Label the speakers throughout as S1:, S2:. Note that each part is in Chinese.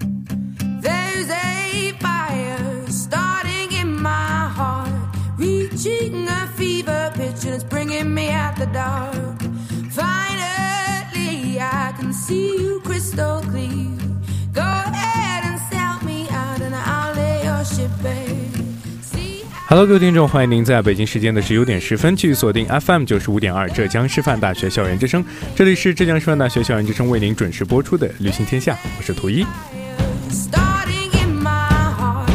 S1: There's a fire starting in my heart, reaching a fever pitch, and it's bringing me out the dark. Finally, I can see you crystal clear. Go ahead and sell me out, and I'll lay your ship bare. See how
S2: Hello，各位听众，欢迎您在北京时间的十九点十分去锁定 FM 九十五点二浙江师范大学校园之声，这里是浙江师范大学校园之声为您准时播出的《旅行天下》，我是图一。
S1: starting in my heart,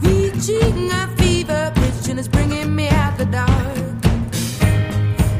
S1: reaching a fever pitch, and it's bringing me out the dark.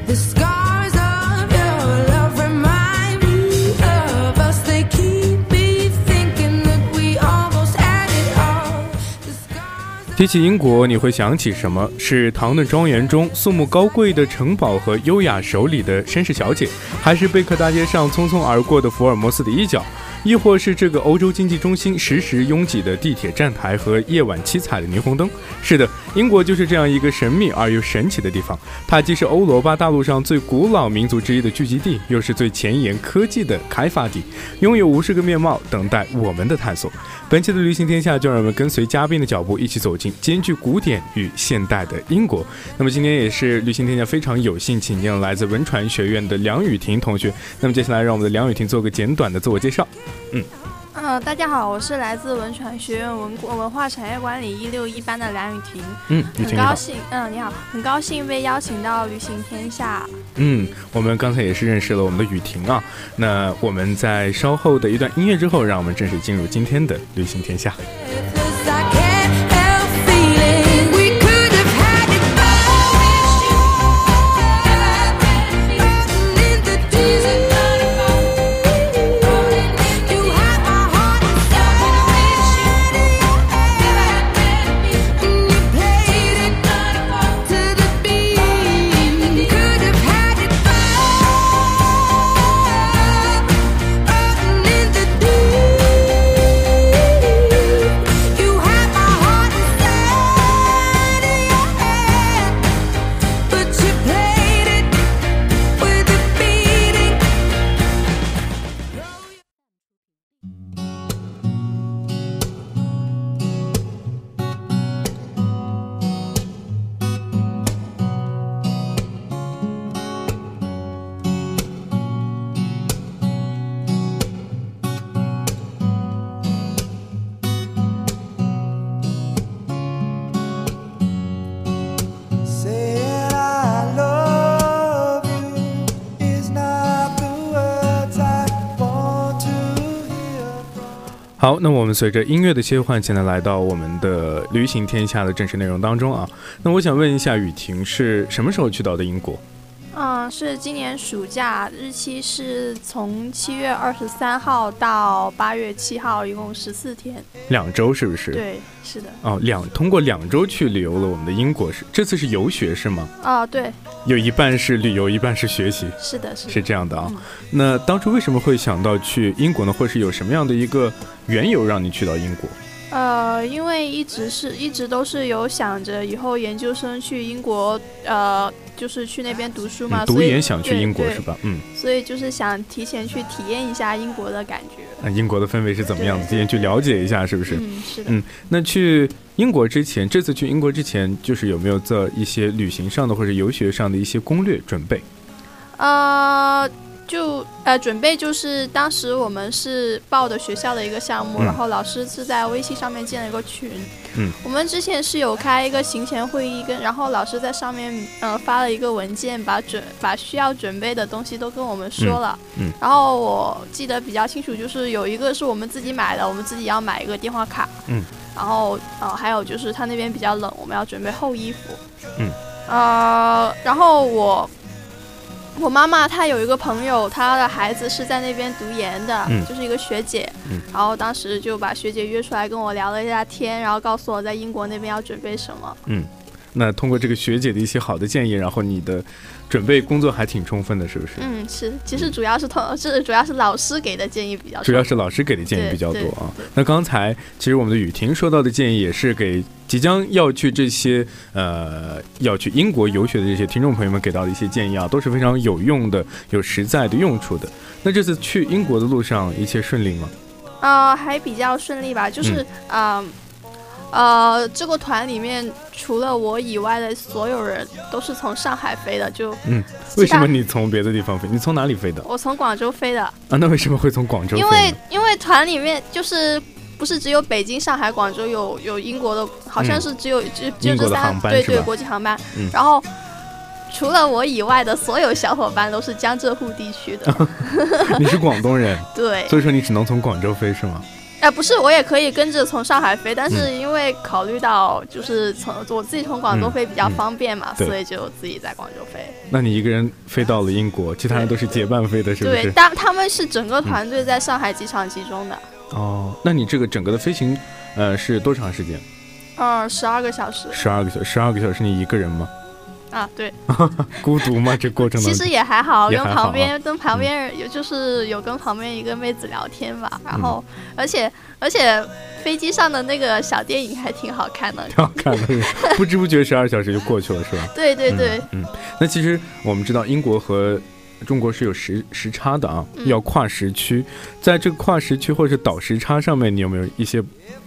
S1: The scars of your love remind me of us. They keep me thinking that we almost had it all. The scars
S2: 提起英国，你会想起什么？是唐顿庄园中肃穆高贵的城堡和优雅手里的绅士小姐，还是贝克大街上匆匆而过的福尔摩斯的衣角，亦或是这个欧洲经济中心时时拥挤的地铁站台和夜晚七彩的霓虹灯？是的，英国就是这样一个神秘而又神奇的地方。它既是欧罗巴大陆上最古老民族之一的聚集地，又是最前沿科技的开发地，拥有无数个面貌等待我们的探索。本期的《旅行天下》，就让我们跟随嘉宾的脚步，一起走进兼具古典与现代的英国。那么今天也是《旅行天下》非常有幸请进了来自文传学院的梁雨婷同学。那么接下来，让我们的梁雨婷做个简短的自我介绍。
S3: 呃，大家好，我是来自文传学院文国文化产业管理一六一班的梁雨婷，
S2: 嗯，雨婷
S3: 很
S2: 你
S3: 高
S2: 好。
S3: 兴，嗯，你好，很高兴被邀请到《旅行天下》。
S2: 嗯，我们刚才也是认识了我们的雨婷啊。那我们在稍后的一段音乐之后，让我们正式进入今天的《旅行天下》。
S1: breathless, I can't help feeling we could have had it all. in the desert, you had my heart and soul. And you played it to the beat. Could have had it all, in the deep. You had my heart and soul, but you played it. With a beating
S2: 好，那我们随着音乐的切换，现在来到我们的《旅行天下》的正式内容当中啊。那我想问一下，雨婷是什么时候去到的英国？
S3: 嗯，是今年暑假，日期是从七月二十三号到八月七号，一共十四天。
S2: 两周是不是？。
S3: 对，是的，
S2: 哦，两通过两周去旅游了我们的英国是这次是游学是吗？
S3: 哦、对，
S2: 有一半是旅游，一半是学习，
S3: 是的，是的。
S2: 是这样的啊。
S3: 嗯
S2: 那当初为什么会想到去英国呢？或是有什么样的一个缘由让你去到英国？
S3: 呃，因为一直是一直都是有想着以后研究生去英国，呃，就是去那边读书嘛，
S2: 嗯、读
S3: 所以
S2: 研想去
S3: 对
S2: 英国
S3: 对
S2: 是吧？嗯，
S3: 所以就是想提前去体验一下英国的感觉。
S2: 那英国的氛围是怎么样的？
S3: 对
S2: 提前去了解一下是不是？
S3: 嗯，是的。
S2: 嗯那去英国之前，这次去英国之前，就是有没有做一些旅行上的或者游学上的一些攻略准备？
S3: 呃，就呃，准备就是当时我们是报的学校的一个项目，
S2: 嗯
S3: 然后老师是在微信上面建了一个群。
S2: 嗯，
S3: 我们之前是有开一个行前会议，跟然后老师在上面呃发了一个文件，把准把需要准备的东西都跟我们说了。
S2: 嗯嗯
S3: 然后我记得比较清楚，就是有一个是我们自己买的，我们自己要买一个电话卡。
S2: 嗯。
S3: 然后呃，还有就是他那边比较冷，我们要准备厚衣服。
S2: 嗯。
S3: 呃，然后我我妈妈她有一个朋友，她的孩子是在那边读研的，
S2: 嗯
S3: 就是一个学姐。
S2: 嗯
S3: 然后当时就把学姐约出来跟我聊了一下天，然后告诉我在英国那边要准备什么。
S2: 那通过这个学姐的一些好的建议，然后你的准备工作还挺充分的，是不是？
S3: 嗯，是，其实主要是同是主要是老师给的建议比较多。
S2: 嗯主要是老师给的建议比较多啊。那刚才其实我们的雨婷说到的建议也是给即将要去这些呃要去英国游学的这些听众朋友们给到的一些建议啊，都是非常有用的、有实在的用处的。那这次去英国的路上一切顺利吗？
S3: 呃，还比较顺利吧，
S2: 嗯
S3: 就是啊、呃，呃，这个团里面除了我以外的所有人都是从上海飞的，就
S2: 嗯，为什么你从别的地方飞？你从哪里飞的
S3: 我从广州飞的，
S2: 啊？那为什么会从广州飞
S3: 因
S2: 呢？
S3: 为因为团里面就是。不是只有北京、上海、广州有有英国的，好像
S2: 嗯
S3: 是只有只就
S2: 英国的
S3: 这三
S2: 航班
S3: 对
S2: 是
S3: 对
S2: 吧
S3: 国际航班
S2: 嗯。
S3: 然后除了我以外的所有小伙伴都是江浙沪地区的，
S2: 你是广东人，
S3: 对。
S2: 所以说你只能从广州飞是吗？
S3: 哎，不是，我也可以跟着从上海飞，但是
S2: 嗯
S3: 因为考虑到就是从我自己从广州飞比较方便嘛，
S2: 嗯对
S3: 所以就自己在广州飞。
S2: 那你一个人飞到了英国，其他人都是结伴飞的，是不
S3: 对，
S2: 是？
S3: 但他们是整个团队在上海机场集中的，
S2: 哦，那你这个整个的飞行，呃，是多长时间？
S3: 嗯，十二个小时
S2: 十二个小十二个小时，你一个人吗？
S3: 啊，对，
S2: 孤独吗？这过程当
S3: 其
S2: 中，
S3: 实也还好，
S2: 也
S3: 跟
S2: 还好啊
S3: 旁边跟旁边人有就是有跟旁边一个妹子聊天吧，然
S2: 嗯
S3: 后而且而且飞机上的那个小电影还挺好 看的，
S2: 挺好看的，不知不觉十二小时就过去了，是吧？
S3: 对对对，
S2: 嗯，嗯。那其实我们知道，英国和中国是有时时差的啊，
S3: 嗯
S2: 要跨时区，在这个跨时区或者是倒时差上面，你有没有一些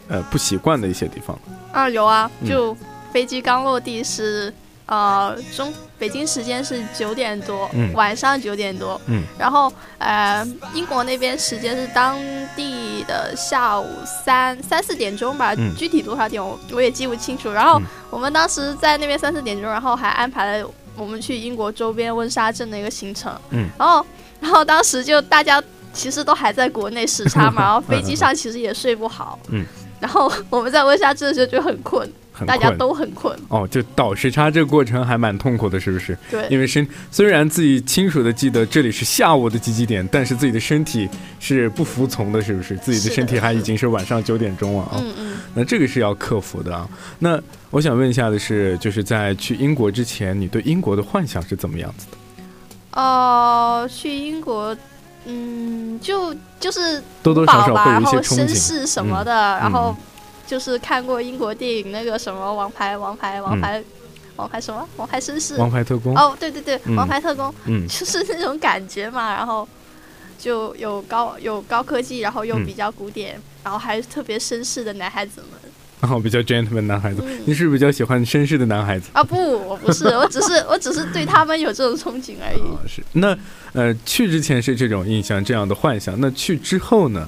S2: 呃不习惯的一些地方？
S3: 啊，有啊，
S2: 嗯
S3: 就飞机刚落地是、呃中北京时间是九点多，
S2: 嗯
S3: 晚上九点多，
S2: 嗯
S3: 然后呃英国那边时间是当地的下午三三四点钟吧，
S2: 嗯
S3: 具体多少点我我也记不清楚。然后
S2: 嗯
S3: 我们当时在那边三四点钟，然后还安排了我们去英国周边温莎镇的一个行程，
S2: 嗯，
S3: 然后然后当时就大家。其实都还在国内时差 嘛，然后飞机上其实也睡不好，
S2: 嗯，
S3: 然后我们在温莎镇的时候就很困，
S2: 很
S3: 大家
S2: 困
S3: 都很困，
S2: 哦，就倒时差这个过程还蛮痛苦的，是不是？
S3: 对
S2: 因为身虽然自己清楚的记得这里是下午的几几点，但是自己的身体是不服从的，是不是？自己
S3: 是
S2: 的
S3: 的
S2: 身体还
S3: 是
S2: 已
S3: 的
S2: 经是晚上九点钟了啊、
S3: 嗯嗯，
S2: 那这个是要克服的啊。那我想问一下的是，就是在去英国之前，你对英国的幻想是怎么样子的？
S3: 哦，去英国，嗯，就就是
S2: 多多少
S3: 宝
S2: 少
S3: 吧，
S2: 会有
S3: 然
S2: 一些
S3: 后
S2: 憧
S3: 绅
S2: 憬。嗯
S3: 士什么的，然后就是看过英国电影那个什么王牌王牌王牌、王牌什么王牌绅
S2: 嗯
S3: 士，
S2: 王牌特工，
S3: 哦，对对对，
S2: 嗯
S3: 王牌特工，
S2: 嗯，
S3: 就是那种感觉嘛，然后就有高有高科技，然后又
S2: 嗯
S3: 比较古典，然后还特别绅士的男孩子们。
S2: 然后比较 gentleman 男孩子
S3: 嗯，
S2: 你是比较喜欢绅士的男孩子
S3: 啊不，我不是，我只是我只是对他们有这种憧憬而已。
S2: 啊？是。那呃，去之前是这种印象，这样的幻想。那去之后呢？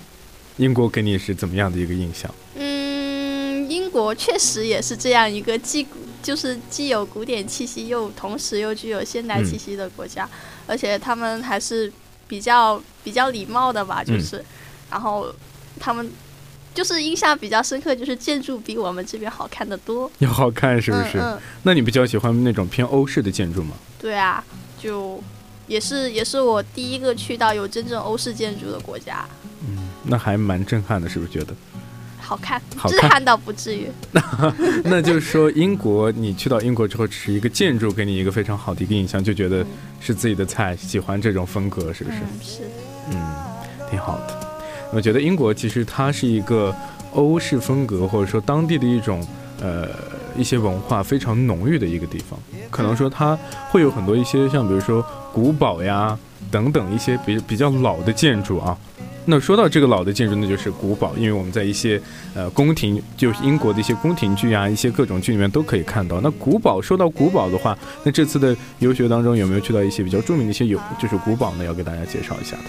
S2: 英国给你是怎么样的一个印象？
S3: 嗯，英国确实也是这样一个既古就是既有古典气息，又同时又具有现
S2: 嗯
S3: 代气息的国家，而且他们还是比较比较礼貌的吧，就
S2: 嗯
S3: 是，然后他们就是印象比较深刻，就是建筑比我们这边好看的多，
S2: 要好看是不是？
S3: 嗯嗯，
S2: 那你比较喜欢那种偏欧式的建筑吗？
S3: 对啊，就也是也是我第一个去到有真正欧式建筑的国家，
S2: 那还蛮震撼的，是不是觉 得？
S3: 好看，
S2: 好
S3: 震
S2: 看
S3: 撼到不至于。
S2: 那就是说，英国，你去到英国之后，只是一个建筑给你一个非常好的一个印象，就觉得是自己的菜，喜欢这种风格，是不是？
S3: 嗯，是的。
S2: 嗯，挺好的。我觉得英国其实它是一个欧式风格，或者说当地的一种呃一些文化非常浓郁的一个地方。可能说它会有很多一些像比如说古堡呀等等一些比比较老的建筑啊。那说到这个老的建筑，那就是古堡，因为我们在一些呃宫廷，就是英国的一些宫廷剧啊，一些各种剧里面都可以看到。那古堡，说到古堡的话，那这次的游学当中有没有去到一些比较著名的一些有就是古堡呢？要给大家介绍一下的。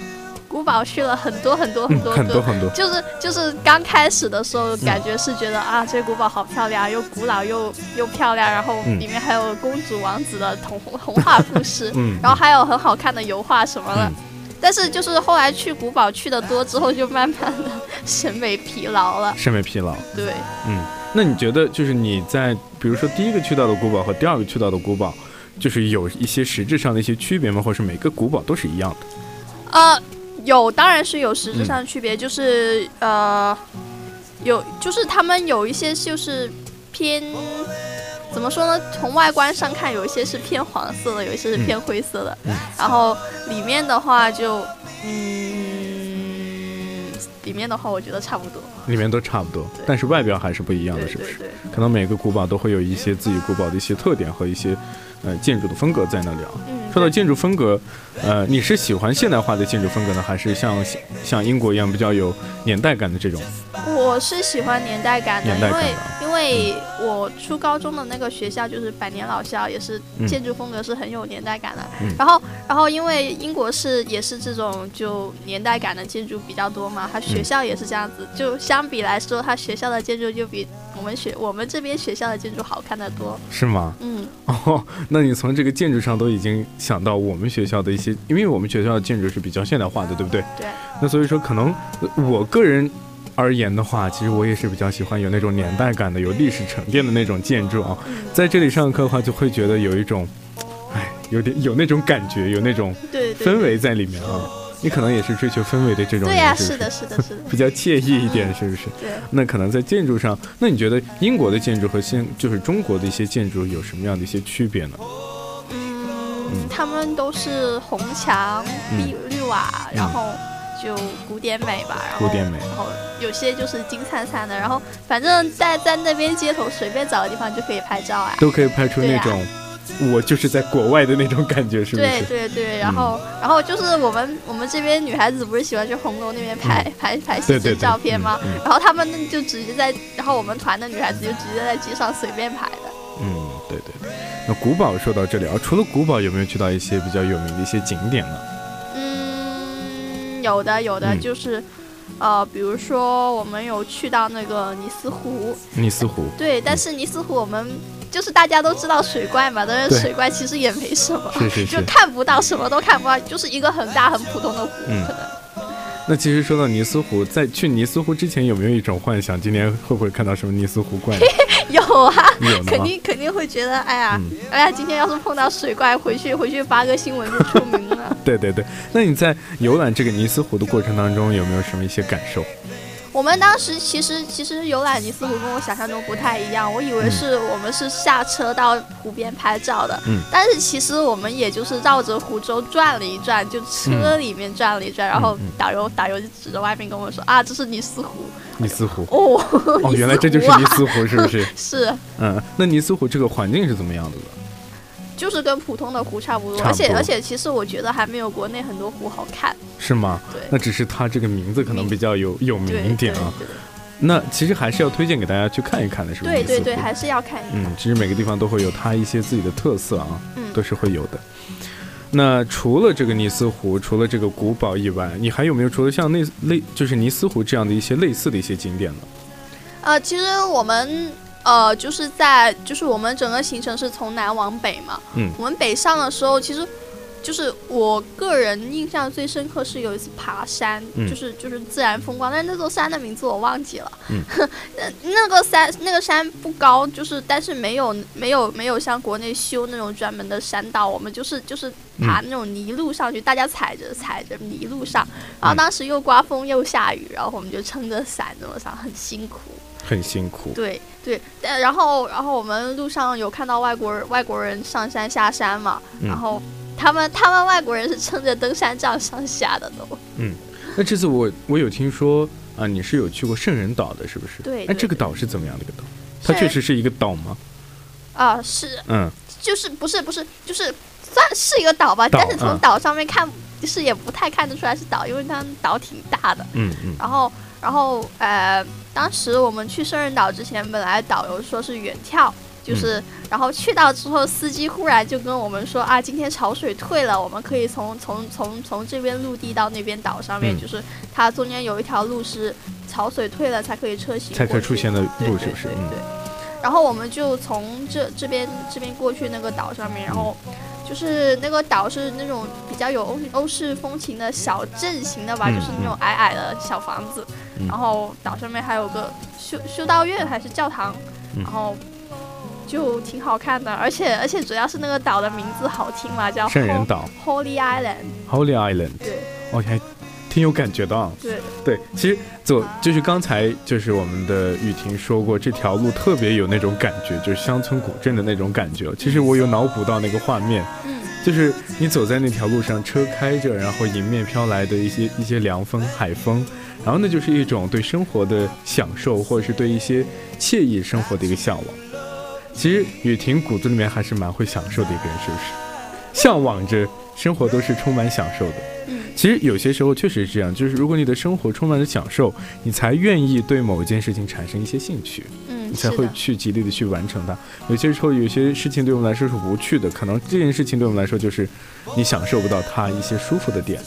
S3: 古堡去了很多很多
S2: 嗯
S3: 很多个，
S2: 很多很多
S3: 就是就是刚开始的时候，
S2: 嗯
S3: 感觉是觉得、啊，这古堡好漂亮，又古老又又漂亮，然后
S2: 嗯
S3: 里面还有公主王子的童童话 故事，
S2: 嗯
S3: 然后还有很好看的油画什么的。
S2: 嗯
S3: 但是就是后来去古堡去的多之后，就慢慢的 审美疲劳了。
S2: 审美疲劳。
S3: 对，
S2: 嗯，那你觉得就是你在比如说第一个去到的古堡和第二个去到的古堡，就是有一些实质上的一些区别吗？或者是每个古堡都是一样的？
S3: 呃，有，当然是有实
S2: 嗯
S3: 质上的区别，就是呃，有就是他们有一些就是偏怎么说呢？从外观上看，有一些是偏黄色的，有一些是偏灰色的，
S2: 嗯
S3: 然后里面的话就嗯，里面的话我觉得差不多，
S2: 里面都差不多，但是外表还是不一样的，
S3: 对
S2: 嗯是不
S3: 对
S2: 是？
S3: 对。
S2: 可能每个古堡都会有一些自己古堡的一些特点和一些呃建筑的风格在那里啊。
S3: 嗯
S2: 说到建筑风格，呃，你是喜欢现代化的建筑风格呢，还是像像英国一样比较有年代感的这种？
S3: 我是喜欢年代感的，
S2: 年代
S3: 因
S2: 感
S3: 为
S2: 的啊
S3: 因为我初高中的那个学校就是百年老校，也是
S2: 嗯
S3: 建筑风格是很有年代感的。
S2: 嗯
S3: 然后然后因为英国是也是这种就年代感的建筑比较多
S2: 嗯
S3: 嘛，它学校也是这样子，就相比来说，它学校的建筑就比我们学我们这边学校的建筑好看得多。
S2: 是吗？
S3: 嗯，
S2: 哦， 那你从这个建筑上都已经想到我们学校的一些，因为我们学校的建筑是比较现代化的，对不对？
S3: 对。
S2: 那所以说，可能呃我个人而言的话，其实我也是比较喜欢有那种年代感的、有历史沉淀的那种建筑啊。
S3: 嗯
S2: 在这里上课的话，就会觉得有一种，哎，有点有那种感觉，有那种
S3: 对对
S2: 氛围在里面啊。你可能也是追求氛围的这种人，
S3: 对呀、
S2: 是不
S3: 是的，嗯是的，是 的，
S2: 比较惬意一点，是不是？
S3: 对。
S2: 那可能在建筑上，那你觉得英国的建筑和现就是中国的一些建筑有什么样的一些区别呢？
S3: 嗯，他们都是红墙、
S2: 嗯
S3: 绿绿瓦，然后就古典美吧，然后
S2: 古典美
S3: 然后有些就是金灿灿的，然后反正在在那边街头随便找个地方就可以拍照啊。
S2: 都可以拍出
S3: 对
S2: 那
S3: 呀
S2: 种、我就是在国外的那种感觉，是不
S3: 对
S2: 是？嗯
S3: 对对，然后、然后就是我们我们这边女孩子不是喜欢去红楼那边拍、 拍拍
S2: 嗯对
S3: 写
S2: 对
S3: 真
S2: 对
S3: 照片吗？
S2: 嗯嗯
S3: 然后他们就直接在，然后我们团的女孩子就直接在街上随便拍的。
S2: 嗯，对对对。那古堡说到这里啊，除了古堡，有没有去到一些比较有名的一些景点呢？
S3: 嗯，有的有的，
S2: 嗯
S3: 就是呃，比如说我们有去到那个尼斯湖，
S2: 尼斯湖，
S3: 对，但是尼斯湖我们就是大家都知道水怪嘛，但
S2: 对
S3: 是水怪其实也没什么，
S2: 是是。
S3: 就是看不到，什么都看不到，就是一个很大很普通的湖，
S2: 嗯
S3: 可能
S2: 那其实说到尼斯湖，在去尼斯湖之前，有没有一种幻想，今天会不会看到什么尼斯湖怪 呢？
S3: 有啊，
S2: 有的
S3: 肯
S2: 吗？
S3: 定肯定会觉得，哎呀，
S2: 嗯
S3: 哎呀，今天要是碰到水怪，回去回去发个新闻就出名了。
S2: 对对对。那你在游览这个尼斯湖的过程当中，有没有什么一些感受？
S3: 我们当时其实其实游览尼斯湖跟我想象中不太一样，我以为是我们是下车到湖边拍照的，
S2: 嗯
S3: 但是其实我们也就是绕着湖周转了一转，就车里面转了一
S2: 嗯
S3: 转，然后导游导游就指着外面跟我说啊，这是尼斯湖
S2: 尼斯湖。
S3: 哦，
S2: 哦，原来这就是尼斯湖，是不是？
S3: 是是
S2: 嗯，那尼斯湖这个环境是怎么样的呢？
S3: 就是跟普通的湖差不多，
S2: 差不多
S3: 而且而且其实我觉得还没有国内很多湖好看，
S2: 是吗？
S3: 对
S2: 那只是它这个名字可能比较有有
S3: 对
S2: 名一点啊。
S3: 对对
S2: 那其实还是要推荐给大家去看一看的，是不是？
S3: 对对
S2: 尼斯
S3: 对，
S2: 湖
S3: 还是要看一看。
S2: 嗯，其实每个地方都会有它一些自己的特色啊，
S3: 嗯
S2: 都是会有的。那除了这个尼斯湖，除了这个古堡以外，你还有没有除了像类类就是尼斯湖这样的一些类似的一些景点呢？
S3: 呃，其实我们呃就是在就是我们整个行程是从南往北嘛。
S2: 嗯
S3: 我们北上的时候，其实就是我个人印象最深刻是有一次爬山，
S2: 嗯
S3: 就是就是自然风光，但是那座山的名字我忘记了。
S2: 嗯
S3: 那那个山那个山不高，就是但是没有没有没有像国内修那种专门的山道，我们就是就是
S2: 嗯
S3: 爬那种泥路上去，大家踩着踩着泥路上，然后
S2: 嗯
S3: 当时又刮风又下雨，然后我们就撑着伞这么上，很辛苦。
S2: 很辛苦，
S3: 对对，但然后然后我们路上有看到外国人外国人上山下山嘛，
S2: 嗯
S3: 然后他们他们外国人是撑着登山杖上下的都。
S2: 那这次我我有听说啊，你是有去过圣人岛的，是不是？
S3: 对
S2: 哎，
S3: 对
S2: 这个
S3: 对
S2: 岛是怎么样的一个岛？它
S3: 是
S2: 确实是一个岛吗？
S3: 啊，是
S2: 嗯，
S3: 就是不是不是就是算是一个岛吧，
S2: 岛
S3: 但是从
S2: 嗯
S3: 岛上面看、是也不太看得出来是岛，因为它岛挺大的。
S2: 嗯嗯
S3: 然后然后呃，当时我们去圣人岛之前，本来导游说是远眺。
S2: 嗯
S3: 就是，然后去到之后，司机忽然就跟我们说啊，今天潮水退了，我们可以从从从从这边陆地到那边岛上面，
S2: 嗯
S3: 就是它中间有一条路是潮水退了才可以车行过去，
S2: 才可以出现的
S3: 对
S2: 路
S3: 对
S2: 是不是
S3: 对
S2: 嗯
S3: 对。然后我们就从这这边这边过去那个岛上面，然后
S2: 嗯
S3: 就是那个岛是那种比较有欧欧式风情的小镇型的吧，
S2: 嗯
S3: 就是那种矮矮的小房子，
S2: 嗯
S3: 然后岛上面还有个修修道院还是教堂，
S2: 嗯
S3: 然后就挺好看的，而且而且主要是那个岛的名字好听嘛，叫
S2: 圣人岛
S3: Holy Island。
S2: Holy Island，
S3: 对
S2: 哦，还挺有感觉的、啊。
S3: 对，
S2: 对，其实左就是刚才就是我们的雨婷说过，这条路特别有那种感觉，就是乡村古镇的那种感觉。其实我有脑补到那个画面，
S3: 嗯，
S2: 就是你走在那条路上，车开着，然后迎面飘来的一些一些凉风、海风，然后那就是一种对生活的享受，或者是对一些惬意生活的一个向往。其实雨婷骨子里面还是蛮会享受的一个人，是不是？向往着生活都是充满享受的。其实有些时候确实是这样，就是如果你的生活充满了享受，你才愿意对某一件事情产生一些兴趣，
S3: 嗯，
S2: 你
S3: 是
S2: 才会
S3: 的，
S2: 去极力的去完成它。有些时候，有些事情对我们来说是无趣的，可能这件事情对我们来说就是你享受不到它一些舒服的 点，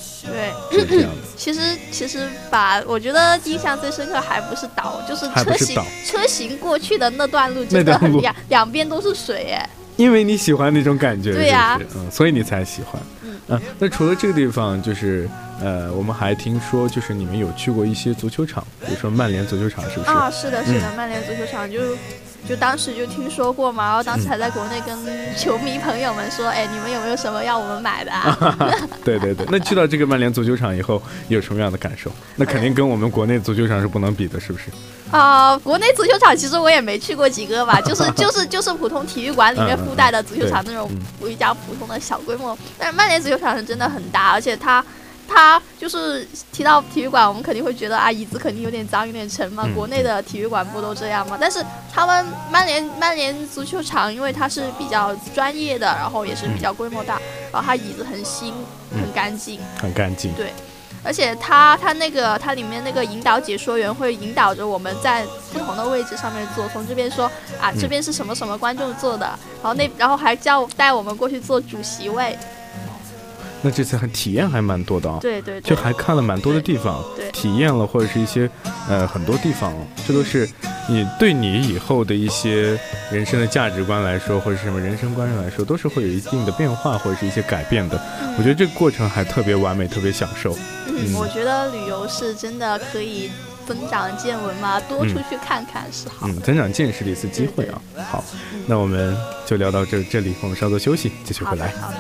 S3: 对。
S2: 就是这样子。
S3: 其实其实把我觉得印象最深刻还不是岛，就是
S2: 还不
S3: 车
S2: 是
S3: 行
S2: 岛
S3: 车行过去的那段路真的
S2: 那段路
S3: 很亮，两边都是水哎。
S2: 因为你喜欢那种感觉，
S3: 对呀
S2: 是不是嗯，所以你才喜欢。
S3: 嗯
S2: 嗯，那除了这个地方，就是呃，我们还听说，就是你们有去过一些足球场，比如说曼联足球场，是不是？嗯
S3: 啊，是的，是的，曼联足球场就就当时就听说过嘛，然后当时还在国内跟球迷朋友们说，哎，你们有没有什么要我们买的啊？
S2: 对对对，那去到这个曼联足球场以后，有什么样的感受？那肯定跟我们国内足球场是不能比的，是不是？
S3: 啊，国内足球场其实我也没去过几个吧，就是 就是就是普通体育馆里面
S2: 嗯嗯
S3: 附带的足球场
S2: 对
S3: 那种
S2: 嗯
S3: 比较普通的小规模，但是曼联足球场是真的很大，而且它。它就是提到体育馆，我们肯定会觉得啊，椅子肯定有点脏，有点沉嘛。
S2: 嗯
S3: 国内的体育馆不都这样吗？但是他们曼联曼联足球场，因为它是比较专业的，然后也是
S2: 嗯
S3: 比较规模大，然后它椅子很新，很干净，
S2: 很干净。
S3: 而且他他那个他里面那个引导解说员会引导着我们在不同的位置上面坐，从这边说啊
S2: 嗯
S3: 这边是什么什么观众坐的，然后那然后还叫带我们过去坐主席位，
S2: 那这次还体验还蛮多的啊、
S3: 对对
S2: 就
S3: 对，
S2: 还看了蛮多的地方
S3: 对，对
S2: 体验了或者是一些呃很多地方哦，这都是你对你以后的一些人生的价值观来说，或者是什么人生观上来说，都是会有一定的变化或者是一些改变的。我觉得这个过程还特别完美，特别享受。
S3: 嗯，我觉得旅游是真的可以增长见闻嘛，多出去看看是好。嗯
S2: 嗯，增长见识的一次机会啊。好，那我们就聊到这这里，我们稍作休息，继续
S3: 好
S2: 回
S3: 的
S2: 来。
S3: 好的，